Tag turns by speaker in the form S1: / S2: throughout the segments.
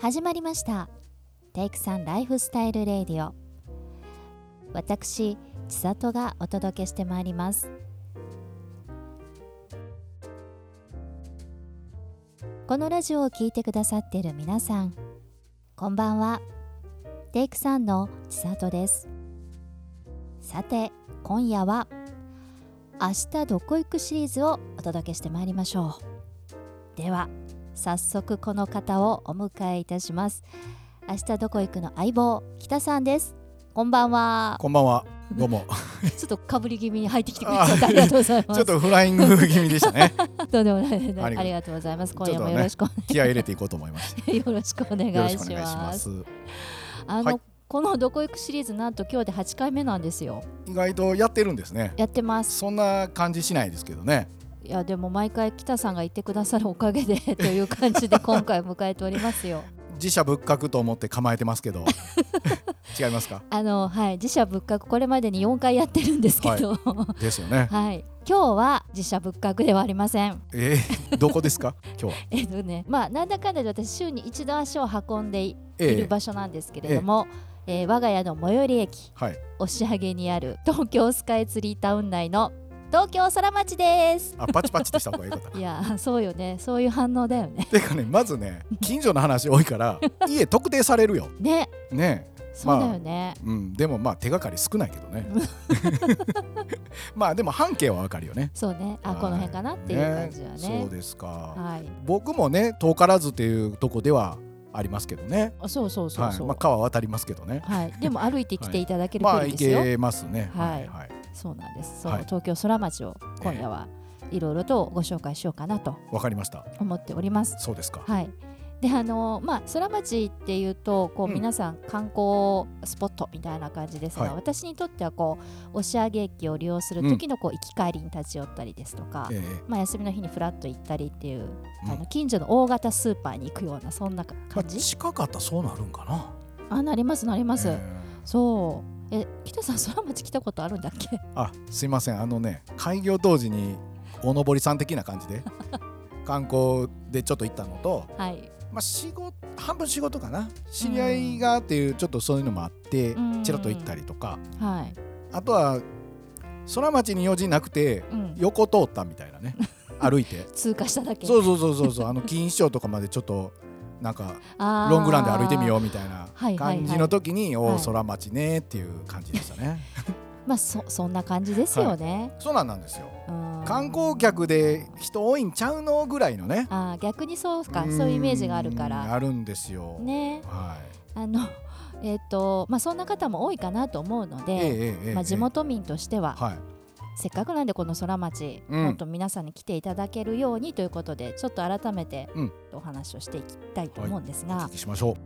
S1: 始まりましたテイクさんライフスタイルレディオ私千里がお届けしてまいりますこのラジオを聞いてくださっている皆さんこんばんはテイクさんの千里ですさて今夜は明日どこ行くシリーズをお届けしてまいりましょうでは早速この方をお迎えいたします明日どこ行くの相棒北さんですこんばんは
S2: こんばんは。ど うも。
S1: ちょっとかぶり気味に入ってきてくれちゃってありがとうございま
S2: ち
S1: す
S2: ょっとフライング気味でし たね。
S1: どうでもないです
S2: ありがとう
S1: ありがとうございます今夜も
S2: ちょっとね
S1: よろしくお、
S2: 気合い入れていこうと思います。よ
S1: よろしくお願いし
S2: ろ
S1: ま
S2: しく
S1: す
S2: お願いします。
S1: あの、
S2: はい
S1: このどこ行くシリーズなんと今日で8回目なんですよ
S2: 意外とやってるんですね。
S1: やってます
S2: そんな感じしないですけどね。
S1: いやでも毎回北さんがいてくださるおかげでという感 じで今回迎えておりますよ
S2: 自社仏閣と思って構えてますけ ど。違いますか。
S1: あのはい自社仏閣これまでに4回やってるんですけどは
S2: ですよね。
S1: い今日は自社仏閣ではありません
S2: えー、どこですか。今日は。
S1: えっとねまあなんだかんだで私週に一度足を運んでいいる
S2: えー、
S1: 場所なんですけれども、えー我が家の最寄り駅
S2: はい。
S1: 押上にある 東京スカイツリータウン内の東京空町です
S2: あ、パチパチってした方がいいか った。
S1: いやそうよねそういう反応だよね
S2: てかね、まずね、近所の話多いから、家特定されるよ。
S1: ね
S2: ね。
S1: そうだよね、
S2: うん、でもまあ手がかり少ないけ どね まあでも半径はわかるよね
S1: そうねあこの辺かなっていう感じはね
S2: そうですか。
S1: はい
S2: 僕もね遠からずっていうとこではありますけどね。
S1: あそうそうそう
S2: はい。
S1: そう
S2: まあ川渡りますけどね。
S1: はい、でも歩いてきていただける距
S2: まあ
S1: 離で
S2: 行
S1: すよ、
S2: けますね。
S1: はい
S2: はい。
S1: そうなんですその
S2: はい
S1: 東京空町を今夜はいろいろとご紹介しようかなと
S2: わかりました。
S1: 思っております
S2: そうですか。
S1: はい。であのまあ空町っていうとこう
S2: うん
S1: 皆さん観光スポットみたいな感じですが、
S2: はい
S1: 私にとってはこう押上駅を利用する時のこう行き帰りに立ち寄ったりですとか、
S2: ええ
S1: まあ休みの日にフラッと行ったりっていう、
S2: うん
S1: あの近所の大型スーパーに行くようなそんなか
S2: まあ
S1: 感じ。
S2: 近かったらそうなるんかな。
S1: あなりますなります。
S2: え
S1: そう。え北さん空町来たことあるんだっけ？
S2: えあすいませんあのね開業当時におのぼりさん的な感じ で観光でちょっと行ったのと、
S1: はい。
S2: まあ仕事半分仕事かな知り合いがっていうちょっとそういうのもあって
S1: うん
S2: ちらっと行ったりとか、
S1: はい。
S2: あとは空町に用事なくて
S1: うん。
S2: 横通ったみたいな ね歩いて
S1: 通過しただけ。
S2: そうそうそうそうそうあの錦糸町とかまでちょっとなんか
S1: あー
S2: ロングランで歩いてみようみたいな
S1: はいはいはい
S2: 感じの時に「お
S1: は
S2: お
S1: い
S2: 空町ね」っていう感じでしたね
S1: まあそそんな感じですよね。
S2: そうなんなんですよ
S1: うん
S2: 観光客で人多いんちゃうのぐらいのね
S1: あー逆にそうかそういうイメージがあるか
S2: うん
S1: ら
S2: あるんですよ
S1: ね
S2: はい
S1: あの えっ、とまあそんな方も多いかなと思うの
S2: ええ
S1: で、
S2: ええええ
S1: まあ、地元民としては、
S2: はい
S1: せっかくなんでこの空町、
S2: うん
S1: もっと皆さんに来ていただけるようにということでちょっと改めて
S2: うん
S1: お話をしていきたいと思うんですが、
S2: お聞きしましょう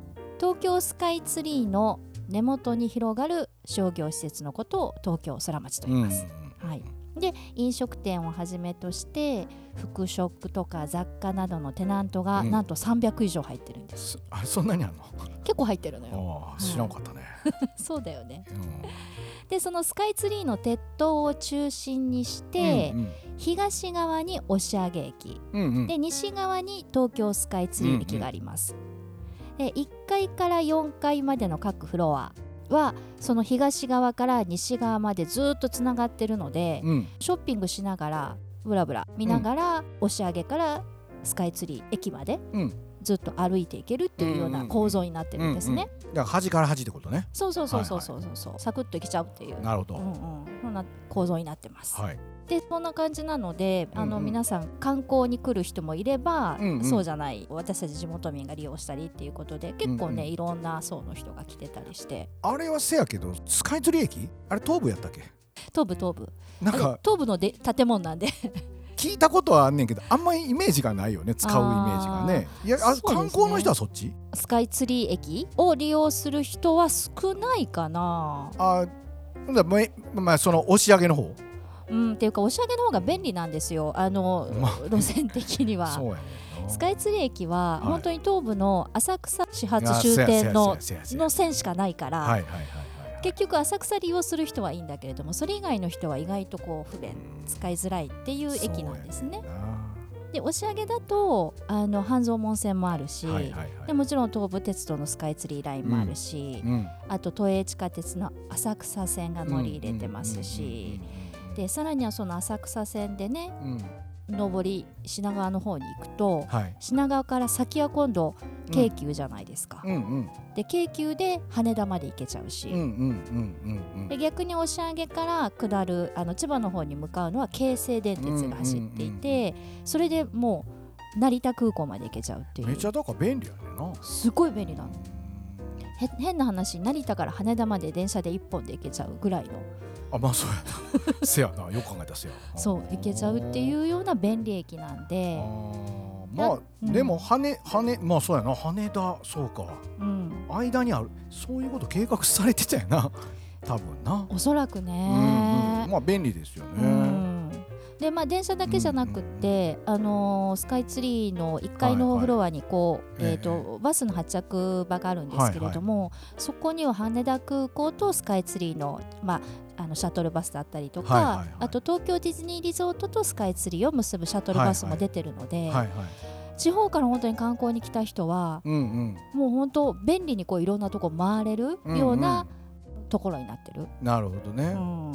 S1: 東京スカイツリーの根元に広がる商業施設のことを東京空町と言います。
S2: うん
S1: はいで飲食店をはじめとして服飾とか雑貨などのテナントが
S2: うん
S1: なんと300以上入ってるんです、
S2: すあれそんなにあん
S1: 結構入ってるのよ
S2: のあー知らんかったね、
S1: そうだよね
S2: うん
S1: でそのスカイツリーの鉄塔を中心にして、
S2: うん
S1: 東側に押上駅
S2: うんうんうん
S1: で西側に東京スカイツリー駅があります、で1階から4階までの各フロアはその東側から西側までずっとつながってるので、
S2: うん
S1: ショッピングしながらブラブラ見ながら、押上からスカイツリー駅まで、
S2: うん
S1: ずっと歩いていけるっていうよう
S2: うんうん
S1: な
S2: うん
S1: 構造になってるんですね、
S2: うんうんだから端から端ってことね
S1: そうそうそうそうそうそうそう、サクッと行けちゃうっていう
S2: なるほど、
S1: うんうん、そんな構造になってます、
S2: はい
S1: でそんな感じなのであの、
S2: うんうん
S1: 皆さん観光に来る人もいれば、
S2: うんうん
S1: そうじゃない私たち地元民が利用したりっていうことで結構ね、
S2: うんう
S1: いろんな層の人が来てたりして
S2: あれはせやけどスカイツリー駅あれ東部やったっけ
S1: 東部東部
S2: なん
S1: あ
S2: か
S1: れ東部ので建物なんで
S2: 聞いたことはあんねんけどあんまりイメージがないよね使うイメージがねいや
S1: そう
S2: あ、
S1: ですね
S2: 観光の人はそっち
S1: スカイツリー駅を利用する人は少ないかな
S2: あほんだらめまあその押し上げの方
S1: うん、っていうか押上の方が便利なんですよあの、
S2: ま
S1: 路線的には
S2: そうやねんな
S1: スカイツリー駅は、
S2: はい
S1: 本当に東部の浅草始
S2: いや
S1: 発終
S2: せや
S1: 点の
S2: せやせやせやせや
S1: の線しかないから、
S2: はいはいはいはいはい
S1: 結局浅草利用する人はいいんだけれどもそれ以外の人は意外とこう不便
S2: うん
S1: 使いづらいっていう駅なんですね
S2: そうやねんな
S1: で押上だとあの半蔵門線もあるし、
S2: はいはいは
S1: で
S2: い。
S1: もちろん東武鉄道のスカイツリーラインもあるし、
S2: うん
S1: あと都営地下鉄の浅草線が乗り入れてますし、。でさらにはその浅草線でね
S2: うんうんうんうんうん
S1: 上り品川の方に行くと
S2: はい。
S1: 品川から先は今度京急じゃないですか、
S2: うんうん
S1: で京急で羽田まで行けちゃうし、
S2: うんうんうんうん
S1: で逆に押上から下るあの千葉の方に向かうのは京成電鉄が走っていて、それでもう成田空港まで行けちゃうって
S2: う
S1: いう
S2: ん。めちゃだから便利やねんな。
S1: すごい便利なのへ変な話成田から羽田まで電車で1本で行けちゃうぐらいの
S2: あまあそうやな。せやな。よく考えたらせや な。。
S1: そう行けちゃうっていううような便利駅なんで、
S2: あーまあ
S1: だうん
S2: でも羽羽まあそうやな羽田そうか
S1: うん、
S2: 間にあるそういうこと計画されてたやな 多分な。
S1: おそらく
S2: うんうん
S1: ね。
S2: まあ便利ですよ
S1: う
S2: ね。
S1: んでまあ、電車だけじゃなくって、あのースカイツリーの1階
S2: はい
S1: の
S2: はい
S1: フロアにこう、
S2: ええ
S1: えーとバスの発着場があるんですけれども、そこには羽田空港とスカイツリーの,、まあ、あのシャトルバスだったりとか、
S2: はいはいはい
S1: あと東京ディズニーリゾートとスカイツリーを結ぶシャトルバスも出てるので、
S2: はいはい。
S1: 地方から本当に観光に来た人は
S2: うんうん。
S1: もう本当便利にこういろんなとこ回れる
S2: んん
S1: ようなところになってる。
S2: なるほど
S1: う
S2: ね、
S1: ん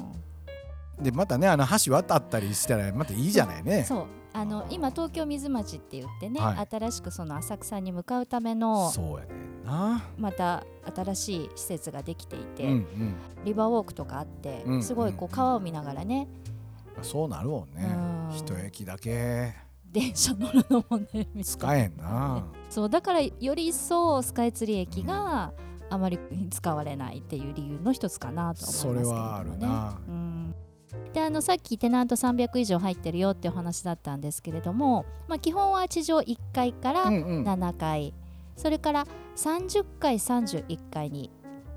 S2: でまたねあの橋渡ったりしたらまたいいじゃないね
S1: そうあの今東京水町って言ってね、
S2: はい
S1: 新しくその浅草に向かうための
S2: そうやねんな
S1: また新しい施設ができていて、
S2: うんうん
S1: リバーウォークとかあって、
S2: うん
S1: すごいこ
S2: うん
S1: う川を見ながらね、
S2: そうなるもんね
S1: うん
S2: 一駅だけ
S1: 電車乗るのもねみたいな
S2: 使えんな
S1: そうだからより一層スカイツリー駅があまり使われないっていう理由の一つかなと
S2: そ
S1: 思い
S2: れ
S1: ますけれどもね。
S2: はあるな
S1: うんであのさっきテナント300以上入ってるよってお話だったんですけれども、まあ、基本は地上1階から
S2: うんうん
S1: 7階、それから30階31階に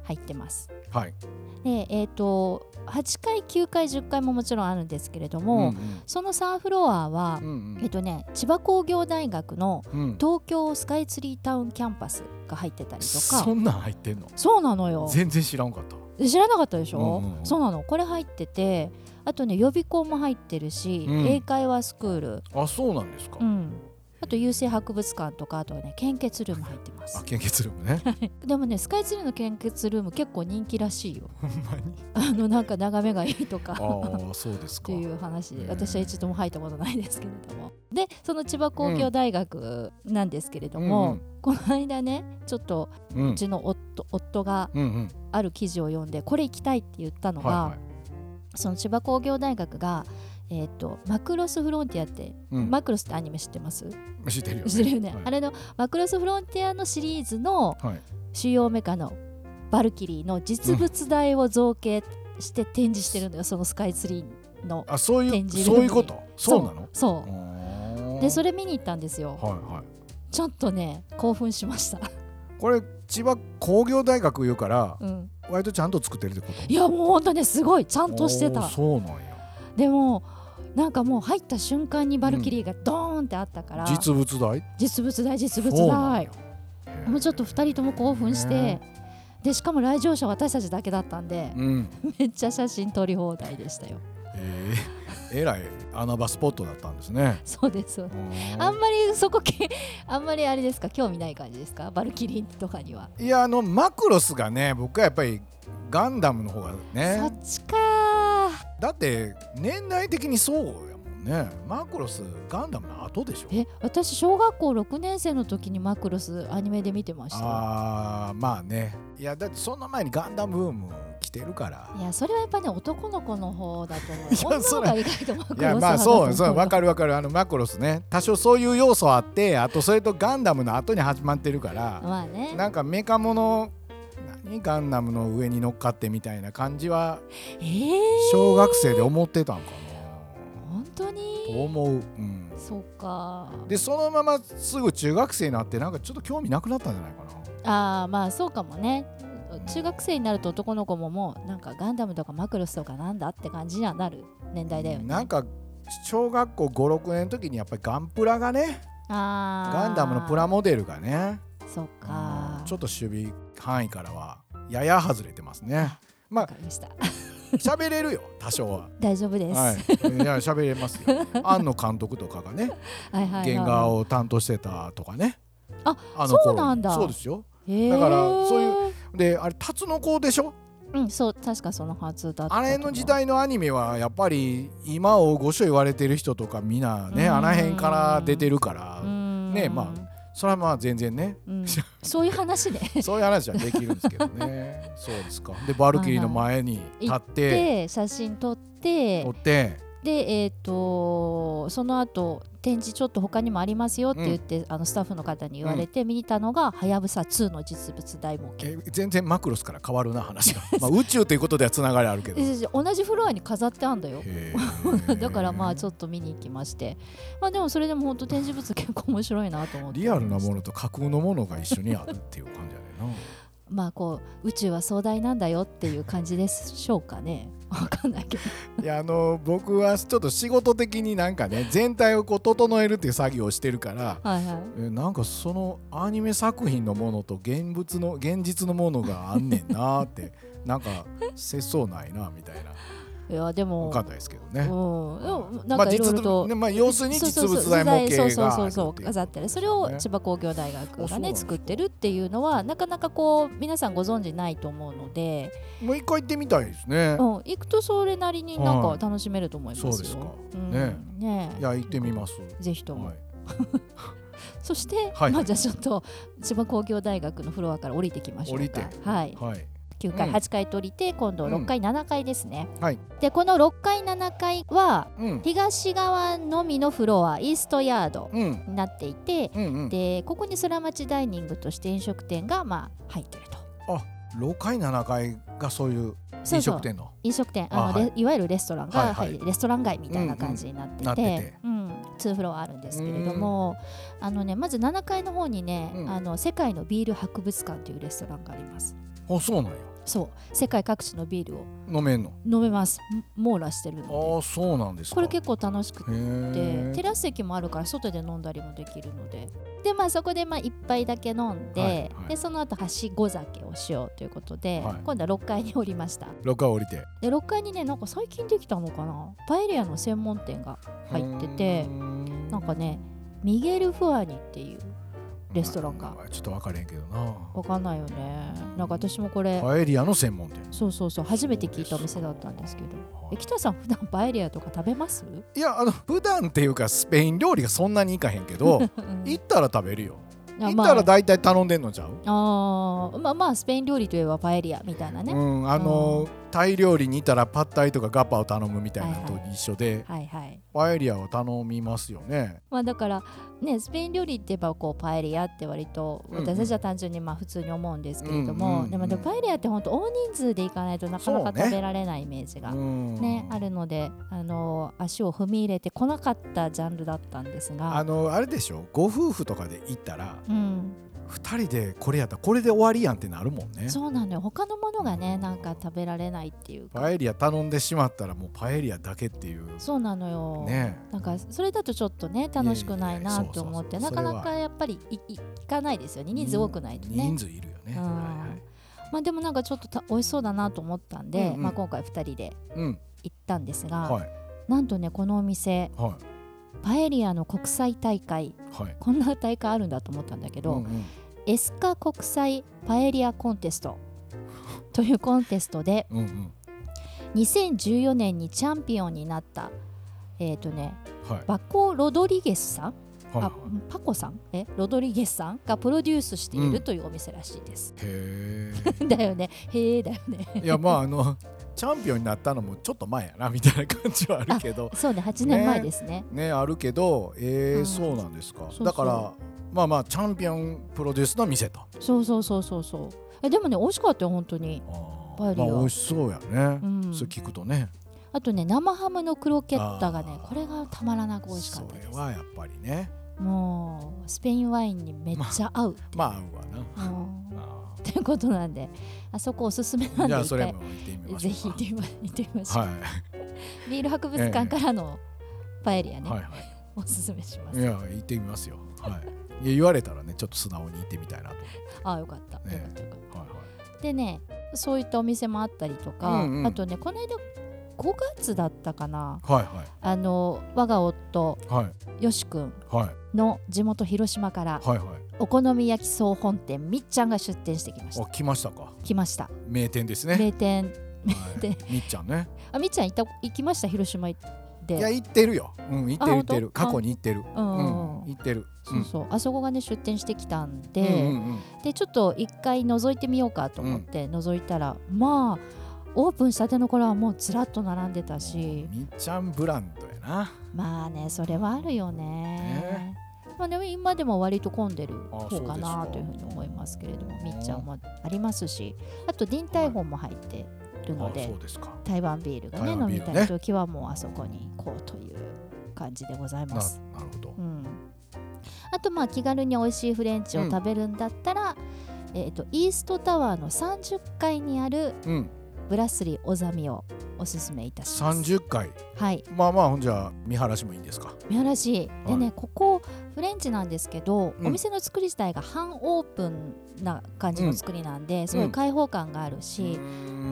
S1: 入ってます。
S2: はい
S1: でえー、と8階9階10階ももちろんあるんですけれども、
S2: うん
S1: その3フロアは、
S2: うん
S1: えっとね、千葉工業大学の
S2: うんうん
S1: 東京スカイツリータウンキャンパスが入ってたりとか
S2: そんなん入ってんの
S1: そうなのよ。
S2: 全然知らんかった
S1: え知らなかったでし
S2: う
S1: ょ、
S2: んうんうん
S1: そうなのこれ入っててあとね予備校も入ってるし、
S2: うん
S1: 英会話スクール、
S2: あそうなんですか
S1: うん、あと郵政博物館とかあとはね献血ルーム入ってま
S2: あ
S1: す
S2: 献血ルー ムね
S1: でもねスカイツリーの献血ルーム結構人気らしいよ
S2: ほんま
S1: あ
S2: に
S1: のなんか眺めがいいとか
S2: ああそうです
S1: と
S2: か
S1: いう話
S2: へ
S1: で
S2: ー
S1: 私は一度も入ったことないですけれどもでその千葉工業大学なんですけれども、
S2: うん
S1: この間ねちょっと
S2: うん
S1: うちの夫夫が
S2: うんうん
S1: ある記事を読んでこれ行きたいって言ったのが、
S2: は
S1: その千葉工業大学が、えー、とマクロスフロンティアって、
S2: いはい
S1: マクロスってアニメ知ってます、
S2: うん知ってるよね
S1: 知ってるよね、
S2: はい
S1: あれのマクロスフロンティアのシリーズの
S2: はい
S1: 主要メカのバルキリーの実物大を造形して展示してるのよ、そのスカイツリーの
S2: あそうい
S1: 展
S2: う
S1: 示
S2: そういうことそうなの
S1: そううでそ
S2: れ
S1: れ見に行ったんですよ
S2: はいはい
S1: ちょっとね興奮しました、
S2: これ千葉工業大学 言うから
S1: うん、
S2: 割とちゃんと作ってるってこと
S1: いやもうほんとねすごいちゃんとして
S2: お
S1: た
S2: ーそうなんや
S1: でもなんかもう入った瞬間にバルキリーがドーンってあったから、
S2: 実物大
S1: 実物大実
S2: そ
S1: 物
S2: うなん
S1: 大
S2: やへー
S1: もうちょっと2人とも興奮し
S2: ね
S1: てでしかも来場者私たちだけだったんで
S2: うん
S1: めっちゃ写真撮り放題でしたよ
S2: えーえらい穴場スポットだったんですね
S1: そうですそうですあ
S2: あ
S1: んまりそこけ あんまりあれですか興味ない感じですかバルキリーとかには、
S2: いやあのマクロスがね僕はやっぱりガンダムの方が
S1: そ
S2: ね
S1: っちかー
S2: だって年代的にそうやもんねマクロスガンダムの後でしょ
S1: え私小学校6年生の時にマクロスアニメで見てました
S2: あーまあねいやだってその前にガンダムブーム来てるから
S1: いやそれはやっぱね男の子の方だと思
S2: いや
S1: う女の
S2: そ
S1: 子
S2: ら
S1: が意外とマクロス
S2: いや
S1: 派だ
S2: まあ
S1: と思
S2: そうそうわかるわかるあのマクロスね多少そういう要素あってあとそれとガンダムの後に始まってるから
S1: まあね
S2: なんかメカモの何ガンダムの上に乗っかってみたいな感じは
S1: えー、
S2: 小学生で思ってたんか
S1: 本当
S2: な
S1: に
S2: と思う、うん、
S1: そうか
S2: でそのまますぐ中学生になってなんかちょっと興味なくなったんじゃないかな
S1: ああまあそうかもね中学生になると男の子ももうなんかガンダムとかマクロスとかなんだって感じにはなる年代だよね
S2: なんか小学校56年の時にやっぱりガンプラがね
S1: あー
S2: ガンダムのプラモデルがね
S1: そう
S2: う
S1: か
S2: んちょっと守備範囲からはやや外れてますねまあ
S1: わかりました
S2: 喋れるよ多少は。
S1: 大丈夫です。
S2: はい、いや喋れます よ。庵野監督とかがね
S1: はいはいはい
S2: 原画を担当してたとかね。
S1: あ
S2: あ
S1: そ
S2: 頃
S1: うなんだ
S2: そうですよ。
S1: へえ
S2: だからそういうであれ辰の子でしょ
S1: うんそう確かそのはずだったと
S2: あ
S1: 思う
S2: れの時代のアニメはやっぱり今をご所言われてる人とかみんなね
S1: うん
S2: あの辺から出てるから
S1: うん
S2: ねまそれはまあ全 然ね
S1: うん、そういう話 ね
S2: そういう話はできるんですけど ねそうですかでバルキリーの前に立って
S1: で写真撮って
S2: 撮って
S1: でえっ、とその後展示ちょっと他にもありますよって言って、あのスタッフの方に言われて見に行ったのが「はやぶさ2」の実物大冒険
S2: え全然マクロスから変わる な話がまあ宇宙ということではつながりあるけど
S1: で同じフロアに飾ってあんだよ
S2: へ ー
S1: だからまあちょっと見に行きましてまあでもそれでも本当展示物結構面白いなと思って
S2: リアルなものと架空のものが一緒にあるっていう感じや ねんな。
S1: まあこう宇宙は壮大なんだよっていう感じでしょうかねわかんないけど
S2: いやあの僕はちょっと仕事的になんかね全体をこう整えるっていう作業をしてるから
S1: はいはい
S2: えなんかそのアニメ作品のものと現物の現実のものがあんねんなーって なんかせそうないなみたいない
S1: やでも
S2: 分かんないですけど
S1: うん
S2: ね
S1: で。もなん
S2: まあ
S1: かいろいろ
S2: 実物
S1: と
S2: ねまあ要するに
S1: そうそう
S2: 実
S1: そう
S2: 物大模
S1: そう
S2: 型
S1: そう
S2: があ
S1: そう
S2: るってい
S1: そう
S2: う
S1: 飾ってあるそれを千葉工業大
S2: あ
S1: 学
S2: そ
S1: が
S2: うなん
S1: ね
S2: ですか
S1: 作ってるっていうのはなかなかこう皆さんご存知ないと思うので、
S2: もう一回行ってみたいですね
S1: うん、。行くとそれなりになん
S2: は
S1: か
S2: い
S1: 楽しめると思いますよ。
S2: そうですか
S1: ん
S2: ね
S1: ねえ
S2: いや行ってみます。
S1: ぜひとも、
S2: はい、
S1: そして、
S2: はい
S1: まあじゃあちょっと千葉工業大学のフロアから降りてきましょうか。
S2: 降りて
S1: はい。
S2: はい、
S1: 九階
S2: うん
S1: 八階と降りて今度六階七階ですね。
S2: はい
S1: でこの六階七階は
S2: うん
S1: 東側のみのフロアイーストヤード
S2: うん
S1: になっていて。
S2: うんうん。
S1: でここに空町ダイニングとして飲食店がまあ入ってると
S2: 六階七階がそういう
S1: そうそ
S2: 飲
S1: う
S2: 食店の
S1: 飲食店あの
S2: あはい
S1: レいわゆるレストラン
S2: はいは
S1: が
S2: い
S1: 入ってレストラン街みたいな感じになって
S2: うんうんなって
S1: て
S2: て
S1: うん2フロアあるんですけれどもあのねまず7階の方にね
S2: うん
S1: あの世界のビール博物館というレストランがあります
S2: あそうなんや
S1: そう世界各地のビールを
S2: 飲めんの
S1: 飲めますん網羅してるので
S2: ああそうなんですか
S1: これ結構楽しくて
S2: へ
S1: テラス席もあるから外で飲んだりもできるのででまあそこでまあ一杯だけ飲んで,、
S2: はいはい
S1: でその後はしご酒をしようということで、
S2: はい
S1: 今度は6階に降りました
S2: 6階降りて
S1: で6階にねなんか最近できたのかなパエリアの専門店が入っててなんかねミゲル・フアニっていうレストランが
S2: うんちょっと分かれへんけどな
S1: わかんないよねなんか私もこれ、
S2: パエリアの専門店
S1: そうそうそう初めて聞いたお店だったんですけどえ北さん普段パエリアとか食べます
S2: いやあの普段っていうかスペイン料理がそんなにいかへんけど行ったら食べるよ
S1: あ
S2: 行っ
S1: ま
S2: たら
S1: あ
S2: 大体頼んでんのちゃう
S1: あーまあまあスペイン料理といえばパエリアみたいなね、
S2: うんあのタイ料理にいたらパッタイとかガパを頼むみたいなのと
S1: はい
S2: 一緒で
S1: はいはい
S2: パエリアを頼みますよね
S1: まあだからねスペイン料理って言えばこうパエリアって割と
S2: うんうん
S1: 私たちは単純にまあ普通に思うんですけれども、
S2: うんうんうん
S1: でもでもパエリアって本当大人数で行かないとなかな
S2: そう
S1: か
S2: ね
S1: 食べられないイメージが、
S2: う
S1: ね
S2: ん
S1: あるのであの足を踏み入れてこなかったジャンルだったんですが
S2: あのあれでしょご夫婦とかで行ったら
S1: うん、
S2: 2人でこれやったらこれで終わりやんってなるもんね
S1: そうなのよ他のものがねなんか食べられないっていうか
S2: パエリア頼んでしまったらもうパエリアだけっていう
S1: そうなのよ、
S2: ね
S1: なんかそれだとちょっとね楽しくない
S2: いやいや
S1: ない
S2: や
S1: と思って
S2: そ
S1: な
S2: うそうそ
S1: か
S2: う
S1: なかやっぱりいい行かないですよね人数多くないとね。
S2: 人数いるよ
S1: うん
S2: ねはいはい
S1: まあ、でもなんかちょっとた美味しそうだなと思ったんで、
S2: うんうん
S1: まあ、今回2人で
S2: うん
S1: 行ったんですが、
S2: はい
S1: なんとねこのお店
S2: は
S1: パエリアの国際大会
S2: いはい
S1: こんな大会あるんだと思ったんだけど、
S2: うんうん
S1: エスカ国際パエリアコンテストというコンテストで
S2: うんうん
S1: 2014年にチャンピオンになったえっ、とね
S2: はい
S1: バコ・ロドリゲスさん、
S2: は
S1: あパコさんえロドリゲスさんがプロデュースしているというお店らしいです。
S2: いへ
S1: だよねへえだよ ね。
S2: えいやまああのチャンピオンになったのもちょっと前やなみたいな感じはあるけど
S1: そうね8年前ですね
S2: ねあるけどえ
S1: う
S2: ー
S1: ん
S2: そうなんですか
S1: うそう
S2: だからまあまあチャンピオンプロデュースの店と
S1: そうそうそうそうそうえでもね美味しかったよ本当に、
S2: あ
S1: パエ
S2: ー
S1: リア
S2: まあ美味しそうやね
S1: うん、
S2: そう聞くとね
S1: あとね生ハムのクロケッタがね
S2: あー
S1: これがたまらなく美味しか
S2: そ
S1: ったで
S2: れ
S1: す
S2: はやっぱりね
S1: もうスペインワインにめっちゃ合う、
S2: まあ合うわな
S1: うん
S2: あ
S1: っていうことなんであそこおすすめな
S2: ー
S1: ん
S2: じ
S1: で
S2: ゃあ
S1: 一
S2: それ
S1: 回
S2: も行ってみまし
S1: ぜ
S2: ょう
S1: ひ行
S2: か
S1: ってみま行ってみましょう、
S2: はい
S1: ビール博物館からのパエリアね、
S2: はいは
S1: おすすめします
S2: い。いや、行ってみますよ。はい。いや言われたらね、ちょっと素直に行ってみたいなと。
S1: ああよかった、
S2: ね
S1: よかったよかっ
S2: はい
S1: たでねそういったお店もあったりとか、
S2: うんうん
S1: あとねこの間5月だったかな
S2: はいはい
S1: あの我が夫
S2: はい
S1: よし君
S2: はい
S1: の地元広島から
S2: はいはい
S1: お好み焼き総本店みっちゃんが出店してきました
S2: あ来ましたか
S1: 来ました
S2: 名店ですね
S1: 名店
S2: はいみっちゃんね
S1: あみっちゃん行った行きました広島行って
S2: いや行ってるようん行ってる
S1: あ
S2: 行ってる
S1: 本当
S2: 過去に行ってる
S1: う
S2: うんん
S1: うんうん
S2: 行ってる
S1: そうそう、あそこがね出店してきたんで、
S2: うんうんうん
S1: でちょっと一回覗いてみようかと思って覗いたら、まあオープンしたての頃はもうずらっと並んでたし、
S2: みっちゃんブランドやな
S1: まあねそれはあるよね
S2: ね。
S1: まあでも今でも割と混んでる
S2: あ
S1: 方かな
S2: そうですか
S1: というふうに思いますけれどもみっちゃんもありますしあと臨帯本も入ってるの
S2: あ
S1: で
S2: そうですか
S1: 台湾ビールがね
S2: 台湾
S1: 飲み
S2: ビール
S1: た
S2: ね
S1: い時はもうあそこに行こうという感じでござい
S2: なな
S1: ます。
S2: るほど
S1: うん、あとまあ気軽に美味しいフレンチを食べるんだったら、えー、とイーストタワーの30階にある
S2: うん
S1: ブラスリーオザミをおすすめいたします。
S2: 30回
S1: はい、
S2: まあまあほんじゃ見晴らしもいいんですか
S1: 見晴らしいで
S2: は
S1: ねここフレンチなんですけど、
S2: うん
S1: お店の作り自体が半オープンな感じの作りなんで、すごい開放感があるし、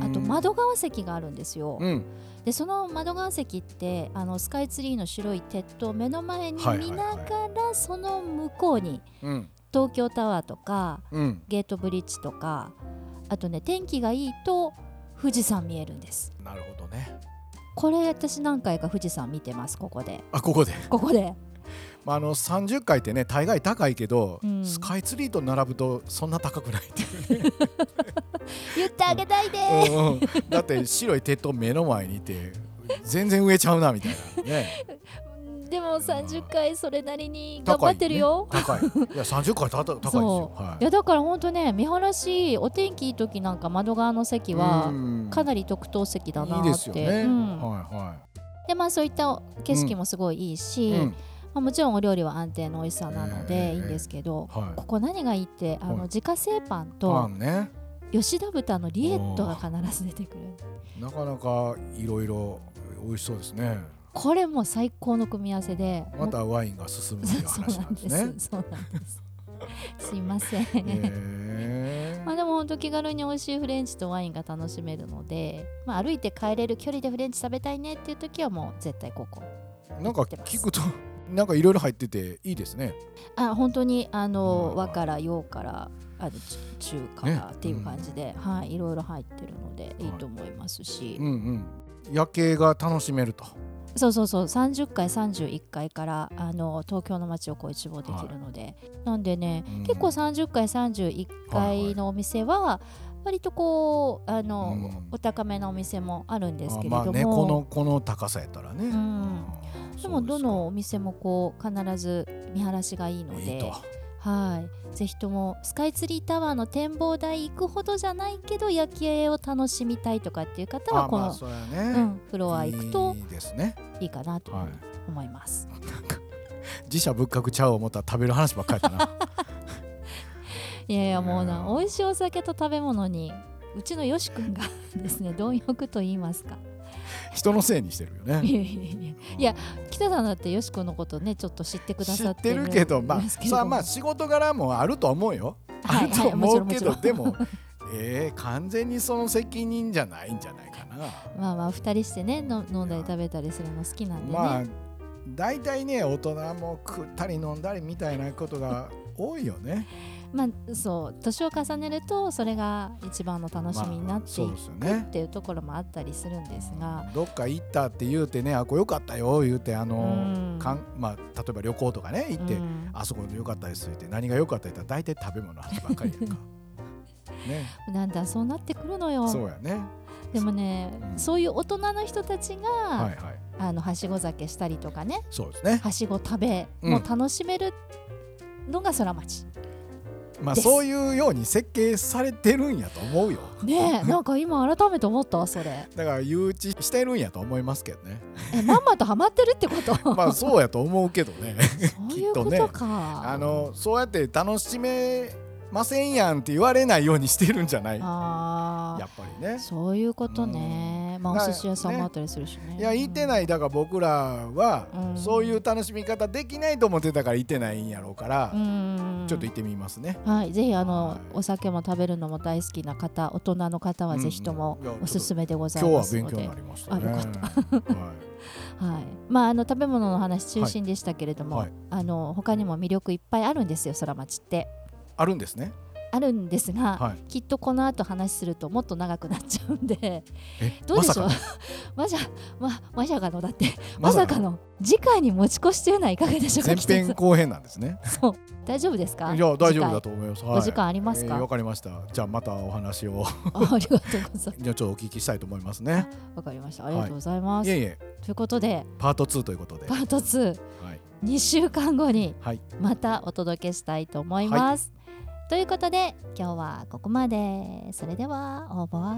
S1: あと窓側席があるんですよ。
S2: うん
S1: でその窓側席ってあのスカイツリーの白い鉄塔を目の前に
S2: はいはい
S1: 見
S2: は
S1: ないがらその向こうに
S2: うん
S1: 東京タワーとか
S2: うん
S1: ゲートブリッジとかあとね天気がいいと富士山見えるんです
S2: なるほどね
S1: これ私何回か富士山見てますここで
S2: あここで
S1: ここで
S2: まあ、あの30階ってね大概高いけど、
S1: うん
S2: スカイツリーと並ぶとそんな高くないっていうね、
S1: 言ってあげたいでー
S2: うんうんだって白い鉄塔目の前にいて全然上ちゃうなみたいなね
S1: でも30回それなりに頑張ってるよ、
S2: 高い,、いや30階たた高いですよ
S1: そ
S2: はい
S1: やだからほんとね見晴らしお天気いい時なんか窓側の席はかなり特等席だなーって
S2: いいですよね、
S1: うん
S2: は
S1: でまあそういった景色もすごいいい
S2: い
S1: し、
S2: はい、うん
S1: まあ、もちろんお料理は安定の美味しさなの
S2: え
S1: で
S2: え
S1: いいんですけど、
S2: はい
S1: ここ何がいいってあの、
S2: はい
S1: 自家製パン
S2: パ
S1: と
S2: ンね
S1: 吉田豚のリエットが必ず出てくる
S2: なかなかいろいろ美味しそうですね
S1: これもう最高の組み合わせで
S2: ま
S1: も
S2: たワインが進む
S1: う
S2: と いう
S1: そう
S2: 話
S1: な
S2: なんん
S1: で
S2: ですすね
S1: そうなんですすいません、
S2: へー
S1: まあでも本当気軽に美味しいフレンチとワインが楽しめるので、まあ、歩いて帰れる距離でフレンチ食べたいねっていう時はもう絶対ここ
S2: なんか聞くとなんかいろいろ入ってていいですね。
S1: あ本当にあの、
S2: うん
S1: 和から洋からあのち中から
S2: ね
S1: っていう感じで、はいいろいろ入ってるのでいいと思いますし、
S2: うんうん。夜景が楽しめると。
S1: そうそうそう30階31階からあの東京の街をこう一望できるので、なんでね、
S2: うん
S1: 結構30階31
S2: はいは
S1: 階
S2: い
S1: のお店は割とこうあの、
S2: うん
S1: お高めなお店もあるんですけれども、
S2: まあねこのこの高さやったらね。
S1: ん
S2: あー
S1: でもどのお
S2: そ
S1: 店もこう必ず見晴らしがいいの
S2: うです
S1: で。
S2: かいいと。
S1: はい、ぜひともスカイツリータワーの展望台行くほどじゃないけど夜景を楽しみたいとかっていう方は
S2: あ
S1: こ
S2: まあ
S1: の、
S2: そうや
S1: う
S2: ね。
S1: ん、フロア行くと
S2: いいですね。
S1: いいかなというふ
S2: は
S1: うに
S2: い。
S1: 思います。
S2: 自社仏閣ちゃう思ったら食べる話ばっかりだ な。
S1: い、やいやもうな
S2: うん
S1: 美味しいお酒と食べ物にうちのよし君がです ね貪欲と言いますか。
S2: 人のせいにしてるよ
S1: い
S2: ね。
S1: やいやいやいや北さんだってよし君のことねちょっと知ってくだ
S2: 知
S1: さ
S2: っ
S1: って
S2: て
S1: る
S2: るけど ま
S1: ん
S2: あ
S1: ですけれど
S2: さあ
S1: も
S2: まあ仕事柄もあると思うよ。
S1: は
S2: あ
S1: い
S2: ると思うけど
S1: はいもちろんもちろん
S2: でも。えー、完全にその責任じゃないんじゃないかな。
S1: まあまあ二人してねの飲んだり食べたりするの好きなんでね。
S2: まあ大体ね大人も食ったり飲んだりみたいなこと が多いよね。
S1: まあそう年を重ねるとそれが一番の楽しみになってい
S2: ま
S1: く
S2: あそうですよね
S1: っていうところもあったりするんですが、
S2: どっか行ったって言うてねあこれよかったよ言うてあ
S1: うん
S2: のかん、まあ、例えば旅行とかね行って、
S1: うん
S2: あそこでよかったですって何が良かったって言ったら大体食べ物の話ばっかり やんか。ね、
S1: なんだそうなってくるの
S2: そ
S1: よ
S2: うやね。
S1: でもね、
S2: うん
S1: そういう大人の人たちが、
S2: はいはい。
S1: あのはしご酒したりとかね
S2: そうですね。
S1: はしご食べ
S2: うん
S1: も楽しめるのが空町、
S2: まあ
S1: です
S2: そういうように設計されてるんやと思うよ。
S1: ねえなんか今改めて思ったそれ
S2: だから誘致してるんやと思いますけ どね。
S1: えまんまとハマってるって こと
S2: まあそうやと思うけどね。
S1: そういうこ
S2: きっと
S1: と
S2: ね
S1: か
S2: あのそうやって楽しめませんやんって言われないようにしてるんじゃないや
S1: あ
S2: っぱりね
S1: あそういうことね、まあ
S2: だ
S1: お寿司屋さんもあったりするしね
S2: いや行って
S1: い
S2: ないだから僕らは
S1: うん
S2: そういう楽しみ方できないと思ってたから行ってないんやろうから
S1: うん
S2: ちょっと行ってみますね
S1: はい、ぜひあの、
S2: はい
S1: お酒も食べるのも大好きな方大人の方はぜひとも
S2: うんうんいや
S1: おすすめでござ
S2: 今
S1: い
S2: 日は
S1: ます
S2: 勉
S1: の
S2: 強
S1: で、
S2: になりましたね
S1: あよか
S2: ったは
S1: はいまあ、あの食べ物の話中心でしたけれども、
S2: はいは
S1: あ
S2: い
S1: の他にも魅力いっぱいあるんですよ空町って
S2: いあるんですね
S1: あるんですが、
S2: は
S1: きっとこの後話するともっと長くなっちゃうん で
S2: いえ
S1: どうでしょう、ま
S2: まさ
S1: じゃままじゃがのだって
S2: か
S1: まさかの次回に持ち越しというのはいかがでしょうか
S2: 前
S1: 北
S2: 編
S1: さん
S2: 後編なんですね
S1: そう大丈夫ですか
S2: いや大丈夫
S1: 次
S2: だ
S1: 回
S2: と思います
S1: お時間ありますか
S2: はいえーわかりましたじゃあまたお話を
S1: あ ありがとうございます
S2: じゃあちょっとお聞きしたいと思いますね
S1: わかりましたありがとうございます、
S2: いえいえ
S1: ということで
S2: パート2ということで
S1: パ
S2: は
S1: ート2
S2: い
S1: 2週間後に
S2: はい
S1: またお届けしたいと思います、ということで今日はここまでそれでは応募は